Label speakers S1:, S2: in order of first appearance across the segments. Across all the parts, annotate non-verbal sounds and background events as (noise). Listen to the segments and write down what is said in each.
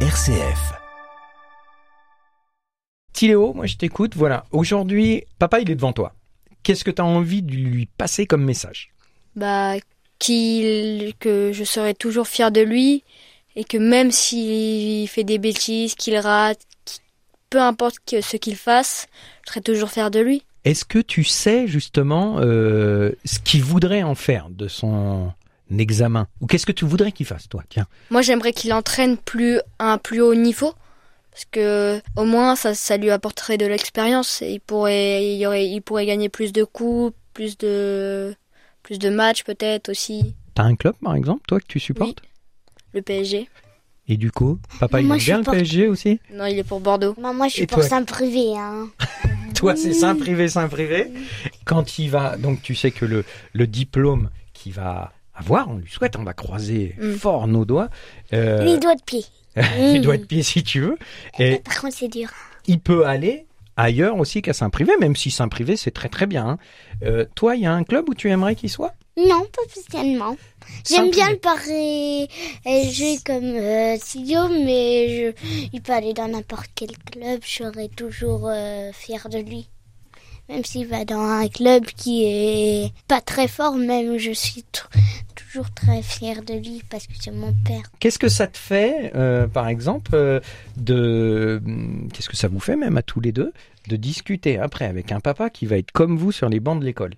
S1: RCF.
S2: Tiléo, moi je t'écoute, voilà. Aujourd'hui, papa il est devant toi. Qu'est-ce que tu as envie de lui passer comme message
S3: bah, qu'il, que je serai toujours fier de lui et que même s'il fait des bêtises, qu'il rate, qu'il- peu importe que- ce qu'il fasse, je serai toujours fier de lui.
S2: Est-ce que tu sais justement euh, ce qu'il voudrait en faire de son examen Ou qu'est-ce que tu voudrais qu'il fasse, toi Tiens.
S3: Moi, j'aimerais qu'il entraîne plus à un plus haut niveau parce que au moins ça, ça lui apporterait de l'expérience et il pourrait il y aurait il pourrait gagner plus de coups, plus de plus de matchs peut-être aussi
S2: T'as un club par exemple, toi, que tu supportes
S3: le PSG.
S2: Et du coup, papa il
S4: Moi,
S2: aime
S4: je
S2: bien le
S4: supporte-
S2: PSG aussi
S3: Non, il est pour Bordeaux.
S4: Moi, moi, je suis
S2: Et
S4: pour
S2: toi
S4: Saint-Privé. Hein.
S2: Toi, c'est Saint-Privé, Saint-Privé. Quand il va, donc tu sais que le, le diplôme qu'il va avoir, on lui souhaite, on va croiser
S3: Mm.
S2: fort nos doigts. Euh,
S4: Les doigts de pied.
S2: il doit être pied si (laughs) tu veux. Et
S4: Par contre, c'est dur.
S2: il peut aller ailleurs aussi qu'à Saint-Privé, même si Saint-Privé c'est très très bien. hein. Euh, toi, il y a un club où tu aimerais qu'il soit
S4: Non, pas spécialement.
S2: Saint-Privé.
S4: J'aime bien le parer euh, jeu comme euh, Silio, mais je, il peut aller dans n'importe quel club. Je serai toujours euh, fier de lui. Même s'il va dans un club qui est pas très fort, même je suis tou- toujours très fier de lui parce que c'est mon père.
S2: Qu'est-ce que ça te fait, euh, par exemple, euh, de hum, qu'est-ce que ça vous fait même à tous les deux de discuter après avec un papa qui va être comme vous sur les bancs de l'école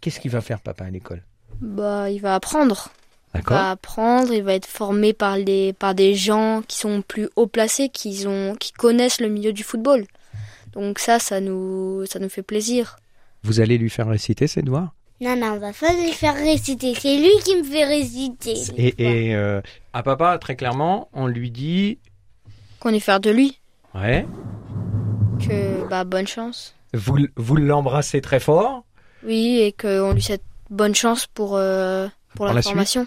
S2: Qu'est-ce qu'il va faire papa à l'école
S3: Bah, il va apprendre.
S2: D'accord.
S3: va apprendre, il va être formé par des, par des gens qui sont plus haut placés, qui, ont, qui connaissent le milieu du football. Donc ça, ça nous, ça nous fait plaisir.
S2: Vous allez lui faire réciter ses devoirs
S4: Non, non, on va pas lui faire réciter. C'est lui qui me fait réciter.
S2: Et, et, euh, à papa, très clairement, on lui dit
S3: Qu'on est fier de lui,
S2: ouais,
S3: que bah, bonne chance.
S2: vous, l- vous l'embrassez très fort.
S3: Oui, et qu'on lui souhaite bonne chance pour, euh,
S2: Pour
S3: pour la,
S2: la
S3: formation.